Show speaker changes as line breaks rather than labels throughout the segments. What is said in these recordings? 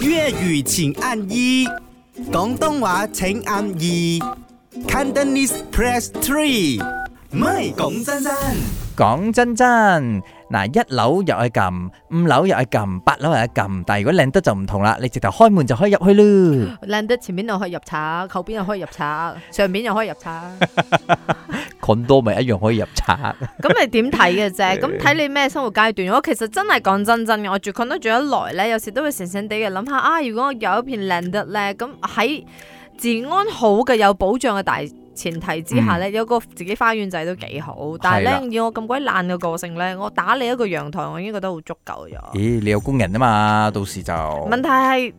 粤语请按一，广东话请按二，Cantonese press three。唔係講真真，
講真真，嗱一樓又係撳，五樓又係撳，八樓又係撳，但係如果靚得就唔同啦，你直頭開門就可以入去啦。
靓得前面又可以入賊，後邊又可以 入賊，上邊又可以入賊。
群多咪一樣可以入賊。
咁你點睇 嘅啫？咁睇你咩生活階段。我其實真係講真真嘅，我住 condo 住得耐咧，有時都會成成地嘅諗下啊，如果我有一片靚得咧，咁喺治安好嘅有保障嘅大前提之下咧，有個自己花園仔都幾好。但係
嗯係啦
咧，以我咁鬼爛嘅個性咧，我打你一個陽台，我已經覺得好足夠咗。
咦，你有工人啊嘛，到時就
問題係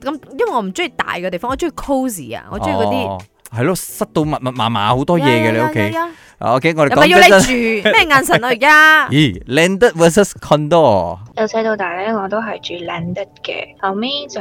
咁，因為我唔中意大嘅地方，我中意 cosy 啊，我中意
Ờ.
嗰啲。
哦係咯，塞到密密麻麻好
Dạ,
多嘢嘅你屋企。
呀呀呀
啊 Ờ, OK，我哋
又
講
咪要
真
你
真。
住咩眼神啊而 家？
咦，landed versus condo，
由細到大咧，我都係住 landed 嘅，後尾就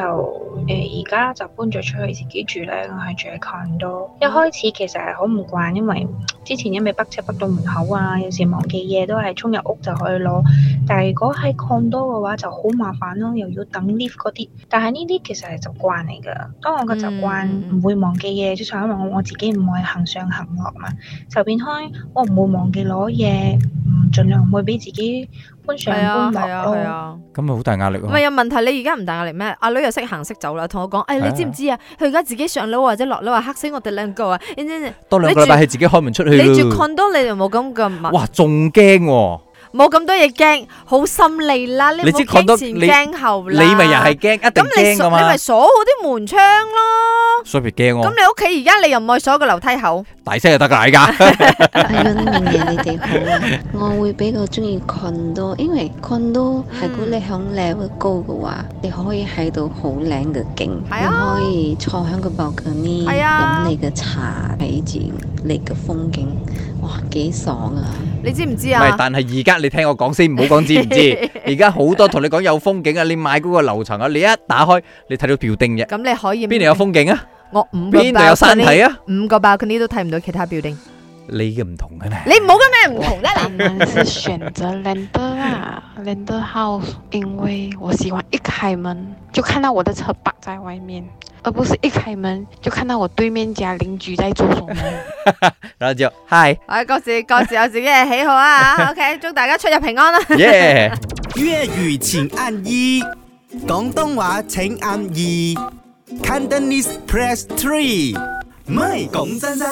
呃誒而家就搬咗出去自己住咧，我係住喺 condo。一開始其實係好唔慣，因為之前因為北車北到門口啊，有時忘記嘢都係衝入屋就可以攞。但係如果喺 condo 嘅話就好麻煩咯，又要等 lift 嗰啲。但係呢啲其實係習慣嚟㗎。當我嘅習慣
嗯
唔會忘記嘢之上，因為我我自己唔會行上行落嘛，就變開我唔會忘記攞嘢，唔盡量唔會俾自己搬上
係啊，
搬
係
落
啊，
咯
係。啊。
咁咪好大壓力
唔係
咯。
有問題，你而家唔大壓力咩？阿女又識行識走啦，同我講，誒、
係啊
你知唔知啊？佢而家自己上樓或者落樓啊，嚇死我哋兩個 啊！你知
多兩個禮拜係自己開門出去
你住
咯
condo 你就冇咁咁密，
哇，仲驚喎！
冇咁多嘢驚，好心利啦。你
你
唔
知
好
condo，
驚前
你
驚後
你
啦。
咪又係驚，一定
咁你
驚
鎖
噶
你
嘛
咪。鎖好啲門窗咯。
所以咪驚
咁
我，
你屋企而家你又唔可以鎖個樓梯口。
大聲就得㗎啦，而家。
係覺得明爺你哋好啊！我會比較中意 condo，因為 condo 係估你響 level 高嘅話，你可以喺度好靚嘅景，
係啊
你可以坐喺個 balcony
係啊
飲你嘅茶，睇住你嘅風景，哇幾爽啊！
你知唔知
唔係，
啊？
但係而家你聽我講先，唔好講知唔知。而家好多同你講有風景啊，你買嗰個樓層啊，你一打開，你睇到標定啫。
咁你可以
邊度有風景啊？
我五個
邊度有山
balcony，
體啊？
五個 balcony 都睇唔到其他 building。
你嘅唔同嘅 咧。
你唔好咁咩唔同 啦，
当然是选择 Lander 啦，Lander House，因为我喜欢一开门就看到我的车摆在外面，而不是一开门就看到我对面家邻居在做什么。
然後就 hi
我哎各自各自有自己嘅喜好啊。OK，祝大家出入平安啦。
yeah。
粵語請按一，廣東話請按二，Cantonese press three。唔係講真真。